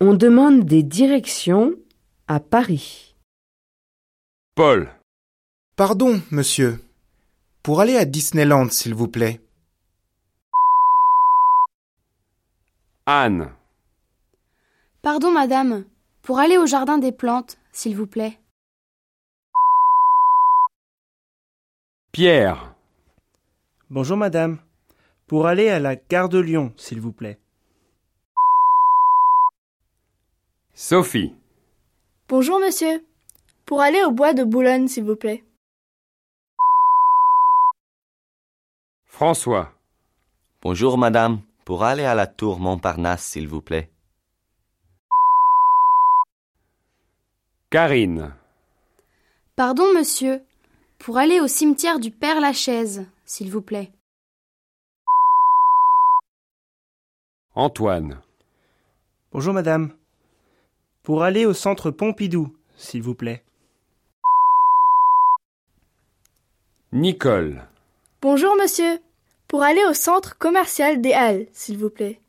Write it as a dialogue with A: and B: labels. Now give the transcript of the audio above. A: On demande des directions à Paris.
B: Paul,
C: Pardon, monsieur. Pour aller à Disneyland, s'il vous plaît.
B: Anne,
D: Pardon, madame, pour aller au jardin des plantes, s'il vous plaît.
B: Pierre,
E: Bonjour madame. Pour aller à la gare de Lyon, s'il vous plaît.
B: Sophie,
F: Bonjour monsieur. Pour aller au bois de Boulogne, s'il vous plaît.
B: François,
G: Bonjour madame, pour aller à la tour Montparnasse s'il vous plaît.
B: Karine,
D: Pardon, monsieur, pour aller au cimetière du Père Lachaise, s'il vous plaît.
B: Antoine,
E: Bonjour madame. Pour aller au centre Pompidou, s'il vous plaît.
B: Nicole,
F: Bonjour monsieur. Pour aller au centre commercial des Halles, s'il vous plaît.